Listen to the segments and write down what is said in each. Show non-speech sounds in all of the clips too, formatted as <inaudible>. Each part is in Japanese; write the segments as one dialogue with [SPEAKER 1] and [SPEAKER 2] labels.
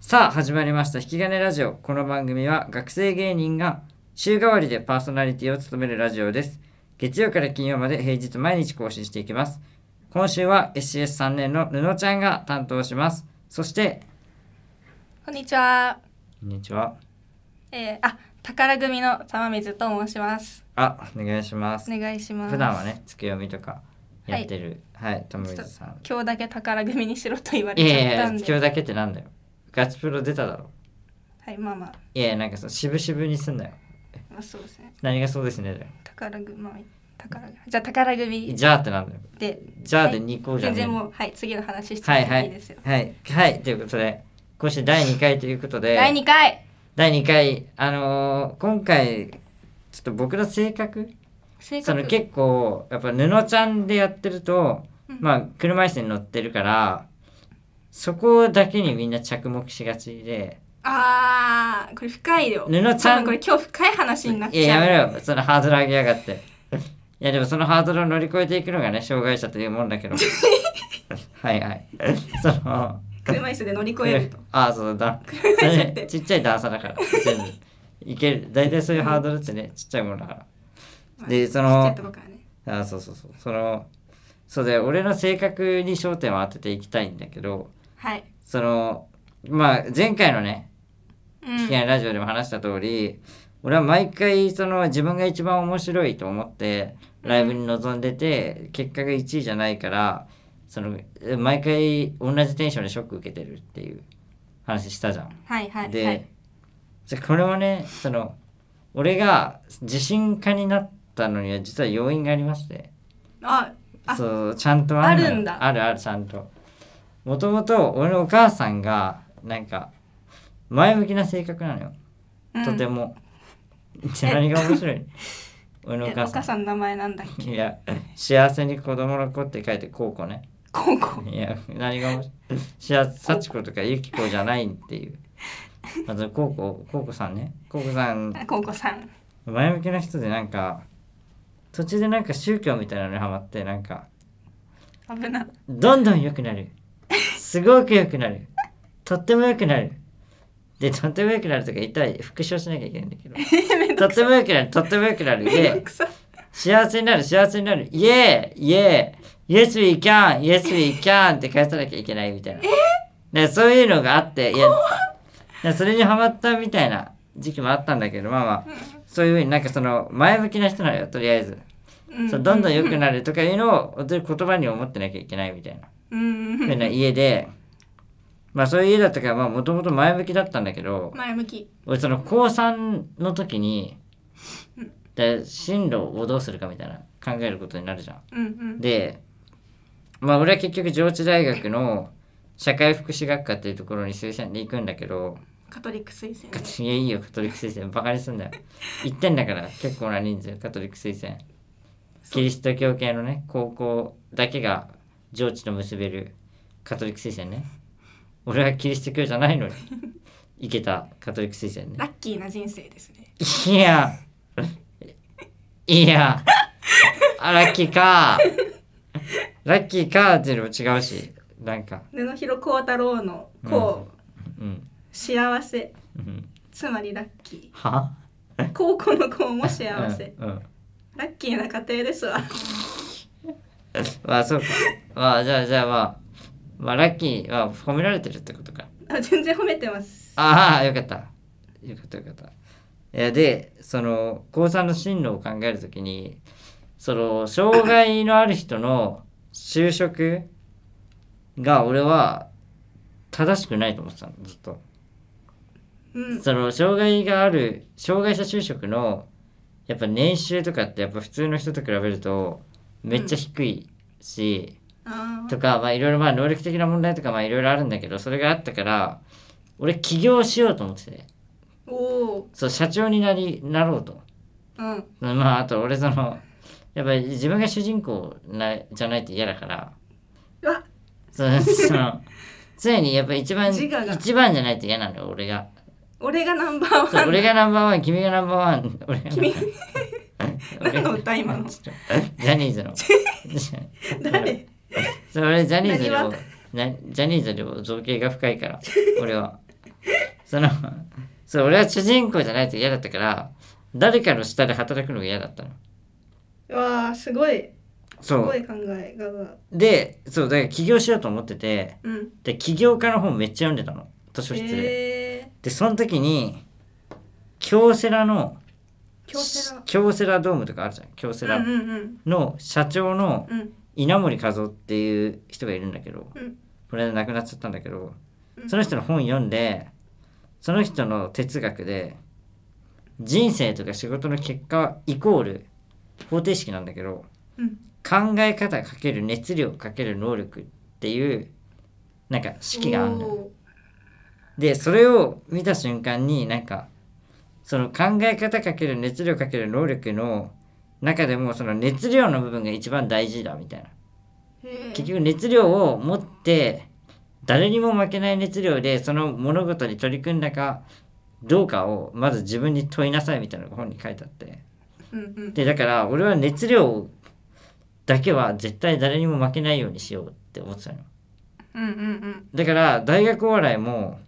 [SPEAKER 1] さあ始まりました「引き金ラジオ」この番組は学生芸人が週替わりでパーソナリティを務めるラジオです月曜から金曜まで平日毎日更新していきます今週は SCS3 年の布ちゃんが担当しますそして
[SPEAKER 2] こんにちは。
[SPEAKER 1] こんにちは
[SPEAKER 2] えー、あ、宝組の玉水と申します。
[SPEAKER 1] あお願いします
[SPEAKER 2] お願いします。
[SPEAKER 1] 普段はね月読みとかやってるはい友水、さん
[SPEAKER 2] 今日だけ宝組にしろと言われ
[SPEAKER 1] い
[SPEAKER 2] ち
[SPEAKER 1] やい
[SPEAKER 2] ゃっ
[SPEAKER 1] や
[SPEAKER 2] たん
[SPEAKER 1] 今
[SPEAKER 2] で。
[SPEAKER 1] 日だけってなんだよガチプロ出ただろ
[SPEAKER 2] はい、まあまあ、
[SPEAKER 1] いやいやなんかその渋々にすんなよ
[SPEAKER 2] まあ、そうですね。
[SPEAKER 1] 何がそうですねだよ
[SPEAKER 2] 宝組、まあ、宝組。じゃあ宝組
[SPEAKER 1] じゃあってなんだよ
[SPEAKER 2] で、
[SPEAKER 1] じゃあで2個じゃ
[SPEAKER 2] 全
[SPEAKER 1] ねえ
[SPEAKER 2] 然もう、はい、次の話して
[SPEAKER 1] はい
[SPEAKER 2] も
[SPEAKER 1] はい
[SPEAKER 2] い
[SPEAKER 1] い
[SPEAKER 2] ですよ。
[SPEAKER 1] はいはいということで今週第2回ということで
[SPEAKER 2] 第二回
[SPEAKER 1] 第二回あのー今回ちょっと僕の性格
[SPEAKER 2] 性
[SPEAKER 1] そ
[SPEAKER 2] 格
[SPEAKER 1] の結構やっぱ布ちゃんでやってると、
[SPEAKER 2] うん
[SPEAKER 1] まあ車椅子に乗ってるからそこだけにみんな着目しがちで
[SPEAKER 2] あー、これ深いよ。
[SPEAKER 1] 布ち
[SPEAKER 2] 多
[SPEAKER 1] ゃん
[SPEAKER 2] 分これ今日深い話になっ
[SPEAKER 1] い
[SPEAKER 2] ち
[SPEAKER 1] やや
[SPEAKER 2] ゃう。
[SPEAKER 1] めろよそのハードル上げやがっていやでもそのハードルを乗り越えていくのがね障害者というもんだ
[SPEAKER 2] <laughs>
[SPEAKER 1] けどはいはいその
[SPEAKER 2] 車椅子で乗り越えると。
[SPEAKER 1] ああそう
[SPEAKER 2] <laughs>
[SPEAKER 1] だ
[SPEAKER 2] 車椅子って。
[SPEAKER 1] ちっちゃい段差だから全部いける大体そういうハードルってねちっちゃいものだから
[SPEAKER 2] まあ
[SPEAKER 1] でそ
[SPEAKER 2] ちっちゃ
[SPEAKER 1] の
[SPEAKER 2] いとこからね。
[SPEAKER 1] あそうそうそうそのそうで俺の性格に焦点を当てていきたいんだけど
[SPEAKER 2] はい。
[SPEAKER 1] そのまあ前回のね「
[SPEAKER 2] うん
[SPEAKER 1] 機嫌ラジオ」でも話した通り、俺は毎回その自分が一番面白いと思ってライブに臨んでて結果が1位じゃないからその毎回同じテンションでショック受けてるっていう話したじゃん。
[SPEAKER 2] はいはい
[SPEAKER 1] で、
[SPEAKER 2] はい。
[SPEAKER 1] じゃあこれもねその俺が自信家になったのには実は要因がありまして
[SPEAKER 2] あ、あ
[SPEAKER 1] そうちゃんとのよ
[SPEAKER 2] あるんだ
[SPEAKER 1] あるあるちゃんともともと俺のお母さんがなんか前向きな性格なのよ、
[SPEAKER 2] うん
[SPEAKER 1] とて
[SPEAKER 2] え
[SPEAKER 1] もじゃあ何が面
[SPEAKER 2] <laughs>
[SPEAKER 1] 白いの俺
[SPEAKER 2] お
[SPEAKER 1] のお母
[SPEAKER 2] 母
[SPEAKER 1] さん
[SPEAKER 2] さんの名前なんだっけ
[SPEAKER 1] いや幸せに子供の子って書いてこうこね
[SPEAKER 2] 高校
[SPEAKER 1] いや何が面白い幸幸子とかゆき子じゃないって
[SPEAKER 2] <laughs>
[SPEAKER 1] いうあとこうここうこさんねこうこさん
[SPEAKER 2] 高校さん
[SPEAKER 1] 前向きな人でなんか途中でなんか宗教みたいなのにハマってなんか
[SPEAKER 2] 危な
[SPEAKER 1] どんどん良くなるすごく良くなるとっても良くなるでとっても良くなるとか言ったら復唱しなきゃいけないんだ <laughs> けどとっても良くなるとっても良くなるで
[SPEAKER 2] くさ
[SPEAKER 1] 幸せになる幸せになるイエーイエーイエス we can イエス we can って返さなきゃいけないみたいなでそういうのがあっていやでそれにハマったみたいな時期もあったんだけどまあまあそういうふうになんかその前向きな人なのよとりあえず、
[SPEAKER 2] うん
[SPEAKER 1] そうどんどん良
[SPEAKER 2] う
[SPEAKER 1] くなるとかいうのを本当に言葉に思ってなきゃいけないみたいな,、
[SPEAKER 2] うんうん
[SPEAKER 1] な家でまあそういう家だったからもともと前向きだったんだけど
[SPEAKER 2] 前向き
[SPEAKER 1] 俺その高3の時にで進路をどうするかみたいな考えることになるじゃん。
[SPEAKER 2] うんうん
[SPEAKER 1] でまあ俺は結局上智大学の社会福祉学科っていうところに推薦で行くんだけど、
[SPEAKER 2] カトリック推薦
[SPEAKER 1] カトリいやいいよカトリック推薦バカにすんだよ言ってんだから結構な人数カトリック推薦キリスト教系のね高校だけが上智と結べるカトリック推薦ね俺はキリスト教じゃないのに行けたカトリック推薦ね
[SPEAKER 2] ラッキーな人生ですね
[SPEAKER 1] いやいやあラッキーかラッキーかっていうのも違うしなんか
[SPEAKER 2] 布広幸太郎の「こう
[SPEAKER 1] うん、
[SPEAKER 2] 幸せ
[SPEAKER 1] うん、」
[SPEAKER 2] つまりラッキ
[SPEAKER 1] は
[SPEAKER 2] ー高校の子も幸せ
[SPEAKER 1] うんうん
[SPEAKER 2] ラッキーな家庭ですわ
[SPEAKER 1] まあそうか。まあじゃあじゃあまあ、まあラッキーは褒められてるってことか。
[SPEAKER 2] あ全然褒めてます
[SPEAKER 1] ああ、よかった。よかったよかった。いやで、その、高3の進路を考えるときに、その、障害のある人の就職が俺は正しくないと思ってたの、ずっと。
[SPEAKER 2] うん
[SPEAKER 1] その、障害がある、障害者就職の、やっぱ年収とかって、やっぱ普通の人と比べると、めっちゃ低いし、
[SPEAKER 2] あー
[SPEAKER 1] とか、まあ、いろいろまあ能力的な問題とかまあいろいろあるんだけどそれがあったから俺起業しようと思ってて
[SPEAKER 2] おお
[SPEAKER 1] そう社長になりなろうと
[SPEAKER 2] うん
[SPEAKER 1] まああと俺そのやっぱり自分が主人公なじゃないと嫌だから
[SPEAKER 2] うわ
[SPEAKER 1] そのその常にやっぱ一番
[SPEAKER 2] 自我が
[SPEAKER 1] 一番じゃないと嫌なんだよ俺が
[SPEAKER 2] 俺がナンバーワ
[SPEAKER 1] そう
[SPEAKER 2] ン
[SPEAKER 1] 俺がナンバーワン君がナンバーワン俺が
[SPEAKER 2] 君
[SPEAKER 1] <laughs> 俺が
[SPEAKER 2] 何の歌今の
[SPEAKER 1] ちょっとジャニーズの
[SPEAKER 2] 誰
[SPEAKER 1] それ俺ジャニーズでも
[SPEAKER 2] 何
[SPEAKER 1] なジャニーズでも造形が深いから <laughs> 俺はその、そう、俺は主人公じゃないと嫌だったから、誰かの下で働くのが嫌だったの。
[SPEAKER 3] わあすごいす
[SPEAKER 1] そ
[SPEAKER 3] ご
[SPEAKER 1] う。
[SPEAKER 3] い考えがが
[SPEAKER 1] で、そう、だから起業しようと思ってて、
[SPEAKER 3] うん
[SPEAKER 1] で、起業家の本めっちゃ読んでたの。図書室で。
[SPEAKER 3] え
[SPEAKER 1] で、その時に、京セラの、
[SPEAKER 3] ー、京セラ
[SPEAKER 1] 京セラドームとかあるじゃん。京セ
[SPEAKER 3] うん
[SPEAKER 1] ラ
[SPEAKER 3] うんうん
[SPEAKER 1] の社長の、
[SPEAKER 3] うん
[SPEAKER 1] 稲森和夫っていう人がいるんだけど、
[SPEAKER 3] うん
[SPEAKER 1] これで亡くなっちゃったんだけど
[SPEAKER 3] うん
[SPEAKER 1] その人の本読んでその人の哲学で人生とか仕事の結果イコール方程式なんだけど、
[SPEAKER 3] うん
[SPEAKER 1] 考え方かける熱量かける能力っていうなんか式があるのよ
[SPEAKER 3] お
[SPEAKER 1] でそれを見た瞬間になんかその考え方かける熱量かける能力の中でもその熱量の部分が一番大事だみたいな。
[SPEAKER 3] ーへー
[SPEAKER 1] 結局熱量を持って誰にも負けない熱量でその物事に取り組んだかどうかをまず自分に問いなさいみたいなのが本に書いてあって
[SPEAKER 3] うんうん
[SPEAKER 1] でだから俺は熱量だけは絶対誰にも負けないようにしようって思ってたの
[SPEAKER 2] うんうん
[SPEAKER 1] だから大学お笑いも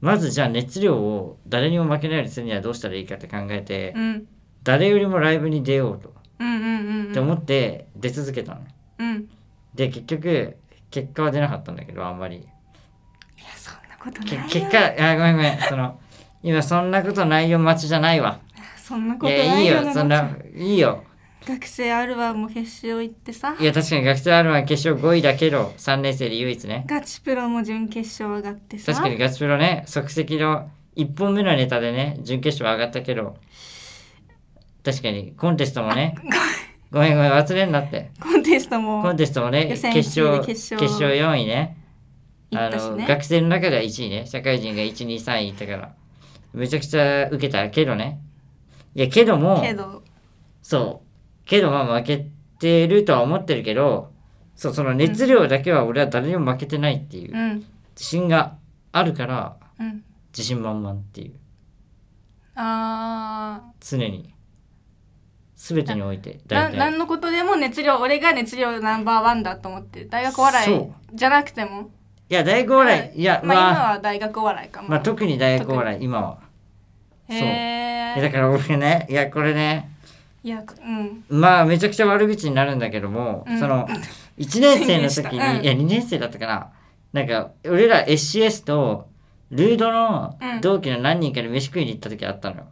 [SPEAKER 1] まずじゃあ熱量を誰にも負けないようにするにはどうしたらいいかって考えて
[SPEAKER 2] うんうん
[SPEAKER 1] 誰よりもライブに出ようと
[SPEAKER 2] うんうんうん
[SPEAKER 1] って思って出続けたの
[SPEAKER 2] うんい
[SPEAKER 1] で結局結果は出なかったんだけどあんまり
[SPEAKER 2] やそんなこと
[SPEAKER 1] け
[SPEAKER 2] ない
[SPEAKER 1] 結果あごめんごめんその今そんなことないよ待ちじゃないわ
[SPEAKER 2] そんなこ
[SPEAKER 1] い
[SPEAKER 2] とな
[SPEAKER 1] やい
[SPEAKER 2] い
[SPEAKER 1] い
[SPEAKER 2] よ
[SPEAKER 1] よ
[SPEAKER 2] な
[SPEAKER 1] そんないいよ
[SPEAKER 2] 学生あるわもう決勝行ってさ
[SPEAKER 1] いや確かに学生あるは決勝5位だけど3年生で唯一ね
[SPEAKER 2] ガチプロも準決勝上がってさ
[SPEAKER 1] 確かにガチプロね即席の1本目のネタでね準決勝上がったけど確かにコンテストもねごめんごめん忘れんなって
[SPEAKER 2] コンテストも
[SPEAKER 1] コンテストもね
[SPEAKER 2] 予
[SPEAKER 1] 決勝
[SPEAKER 2] 選1位で
[SPEAKER 1] 決
[SPEAKER 2] 決
[SPEAKER 1] 勝
[SPEAKER 2] 勝
[SPEAKER 1] 4位ね
[SPEAKER 2] 行
[SPEAKER 1] あ
[SPEAKER 2] ったし
[SPEAKER 1] の
[SPEAKER 2] ね
[SPEAKER 1] 学生の中では1位ね社会人が123位いったからめちゃくちゃ受けたけどねいやけども
[SPEAKER 2] けど
[SPEAKER 1] そう。けどまあ負けてるとは思ってるけど、そう、その熱量だけは俺は誰にも負けてないっていううん自信があるから、
[SPEAKER 2] うん
[SPEAKER 1] 自信満々っていう。
[SPEAKER 2] あー
[SPEAKER 1] 常に。全てにおいて、
[SPEAKER 2] な
[SPEAKER 1] 大体。
[SPEAKER 2] 何のことでも熱量俺が熱量ナンバーワンだと思ってる大学お笑
[SPEAKER 1] そ
[SPEAKER 2] いじゃなくても
[SPEAKER 1] いや、大学お笑い、いや、
[SPEAKER 2] まあ今
[SPEAKER 1] まあ、
[SPEAKER 2] は大学お笑いかも、
[SPEAKER 1] まあ特に大学お笑い、今は。そう。い
[SPEAKER 2] へ
[SPEAKER 1] や
[SPEAKER 2] え
[SPEAKER 1] だから俺ね、いや、これね、
[SPEAKER 2] いやうん
[SPEAKER 1] まあめちゃくちゃ悪口になるんだけども、
[SPEAKER 2] うん
[SPEAKER 1] その1年生の時に、
[SPEAKER 2] <laughs> 宣言したうん
[SPEAKER 1] いや2年生だったかななんか俺ら SCS とルードの
[SPEAKER 2] うん
[SPEAKER 1] 同期の何人かで飯食いに行った時あったのよ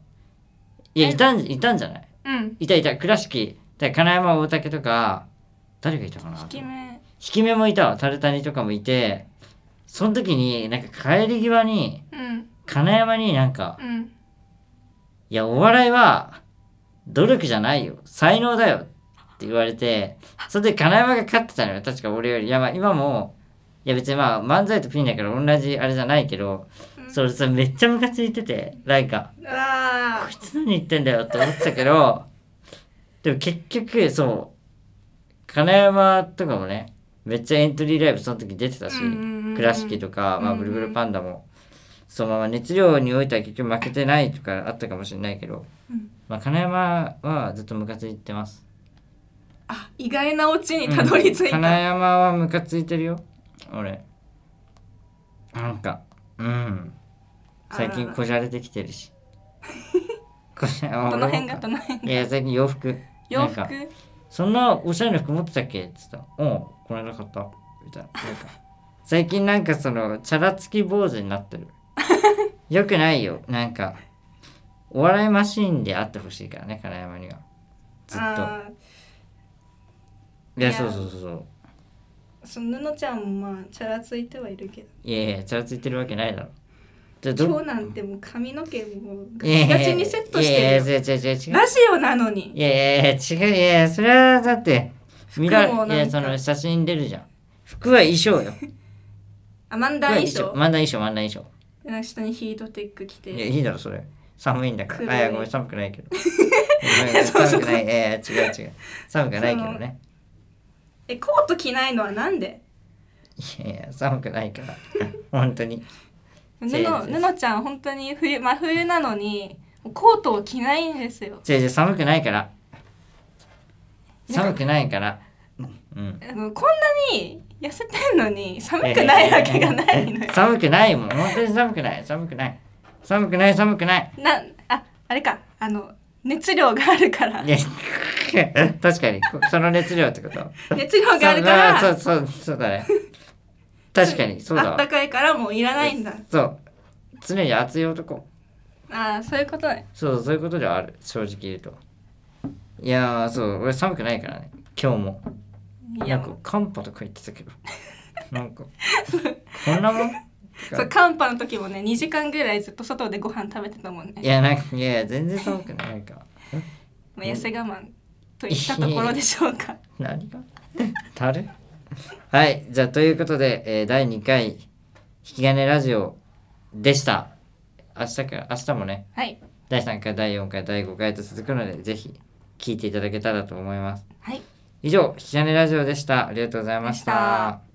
[SPEAKER 1] いや
[SPEAKER 2] え
[SPEAKER 1] いたんいたんじゃない
[SPEAKER 2] うん
[SPEAKER 1] いたいた倉敷だから金山大竹とか誰がいたかな
[SPEAKER 2] 引き目
[SPEAKER 1] 引き目もいたわ樽谷とかもいてその時になんか帰り際に
[SPEAKER 2] うん
[SPEAKER 1] 金山になんか
[SPEAKER 2] うん
[SPEAKER 1] いや、お笑いは努力じゃないよ。才能だよ。って言われて、それで金山が勝ってたのよ。確か俺より。いや、まあ今も、いや別にまあ漫才とピンだから同じあれじゃないけど、それそれめっちゃムカついてて、なんか、
[SPEAKER 3] あ
[SPEAKER 1] こいつ何言ってんだよって思ってたけど、でも結局、そう、金山とかもね、めっちゃエントリーライブその時出てたし、
[SPEAKER 2] うんうんうん
[SPEAKER 1] 倉敷とか、まあ、
[SPEAKER 2] うん
[SPEAKER 1] ブルブルパンダも、そのまま熱量においては結局負けてないとかあったかもしれないけど、
[SPEAKER 2] うん
[SPEAKER 1] まあ、金山はずっとムカついてます。
[SPEAKER 2] あ意外なオチにたどり着いた、
[SPEAKER 1] うん金山はムカついてるよ、俺。なんか、うん。最近こじゃれてきてる
[SPEAKER 2] <laughs>
[SPEAKER 1] し。こじゃ
[SPEAKER 2] どの辺
[SPEAKER 1] 俺
[SPEAKER 2] が
[SPEAKER 1] も
[SPEAKER 2] どの辺が
[SPEAKER 1] いや、最近洋服。
[SPEAKER 2] 洋
[SPEAKER 1] なん
[SPEAKER 2] 服
[SPEAKER 1] かそんなおしゃれな服持ってたっけって言ったら、うん、この間買った。みたいな。なんか <laughs> 最近なんかその、チャラつき坊主にな
[SPEAKER 3] <laughs>
[SPEAKER 1] ってる。よくないよ。なんか、お笑いマシーンであってほしいからね、金山には。ずっと。
[SPEAKER 3] あ
[SPEAKER 1] いや、そうそうそうそう。
[SPEAKER 3] ーそののちゃんもまあチャラついてはいるけど
[SPEAKER 1] いやいや、チャラついてるわけないだろ。じゃあど
[SPEAKER 3] 今日なんてもう髪の毛もガ
[SPEAKER 1] いや
[SPEAKER 3] チ
[SPEAKER 1] いや
[SPEAKER 3] ガ
[SPEAKER 1] いや
[SPEAKER 3] チにセットしてる
[SPEAKER 1] い
[SPEAKER 3] よ
[SPEAKER 1] やいや違う違う違う違う。
[SPEAKER 3] ラジオなのに
[SPEAKER 1] いやいやいや違ういやいやそれはだって見ら
[SPEAKER 3] もなん
[SPEAKER 1] い
[SPEAKER 3] か
[SPEAKER 1] やその写真出るじゃん服は衣装よ
[SPEAKER 3] アマン
[SPEAKER 1] 服
[SPEAKER 3] ダ
[SPEAKER 1] は
[SPEAKER 3] 衣
[SPEAKER 1] 衣
[SPEAKER 3] 装
[SPEAKER 1] 装漫談衣装漫談衣装
[SPEAKER 3] なんか下にヒートテック着
[SPEAKER 1] いや
[SPEAKER 3] て
[SPEAKER 1] いいだろそれ寒いんだから
[SPEAKER 3] 黒
[SPEAKER 1] あ
[SPEAKER 3] い
[SPEAKER 1] いやごめん寒くないけど
[SPEAKER 2] <laughs>
[SPEAKER 1] ごめんごめん寒くないいやいや違う違う寒くないけどね
[SPEAKER 3] えコート着ないのはなんで
[SPEAKER 1] いやいや寒くないから本当に
[SPEAKER 2] 布
[SPEAKER 1] せいぜい
[SPEAKER 2] 布ちゃん本当に冬真冬なのにコートを着ないんですよ
[SPEAKER 1] 違う違う寒くないから寒くないからうん
[SPEAKER 2] あのこんなに痩せてんのに寒くないわけがないのよ
[SPEAKER 1] 寒くないもん本当に寒くない寒くない寒くない寒くない
[SPEAKER 2] なああれかあの熱量があるから
[SPEAKER 1] いや確かにこその熱量ってこと
[SPEAKER 2] 熱量があるか
[SPEAKER 1] そう
[SPEAKER 2] ら
[SPEAKER 1] そうそうそうだね確かにそうだ
[SPEAKER 2] あった
[SPEAKER 1] わ
[SPEAKER 2] かいからもういらないんだ
[SPEAKER 1] そう常に熱い男
[SPEAKER 2] ああそういうことね
[SPEAKER 1] そうそういうことではある正直言うといやーそう俺寒くないからね今日も
[SPEAKER 2] い
[SPEAKER 1] な
[SPEAKER 2] や
[SPEAKER 1] んか寒波とか言ってたけどなんかこんなもん
[SPEAKER 2] そう寒波の時もね2時間ぐらいずっと外でご飯食べてたもん
[SPEAKER 1] い
[SPEAKER 2] ね
[SPEAKER 1] やなんかいや全然寒くないなんか
[SPEAKER 2] まあ痩せ我慢といったところでしょうか
[SPEAKER 1] 何が誰はいじゃあということで、えー第2回引き金ラジオでした明日から明日もね
[SPEAKER 2] はい
[SPEAKER 1] 第3回第4回第5回と続くのでぜひ聞いていただけたらと思います
[SPEAKER 2] はい
[SPEAKER 1] 以上引き金ラジオでしたありがとうございまし
[SPEAKER 2] でした
[SPEAKER 1] た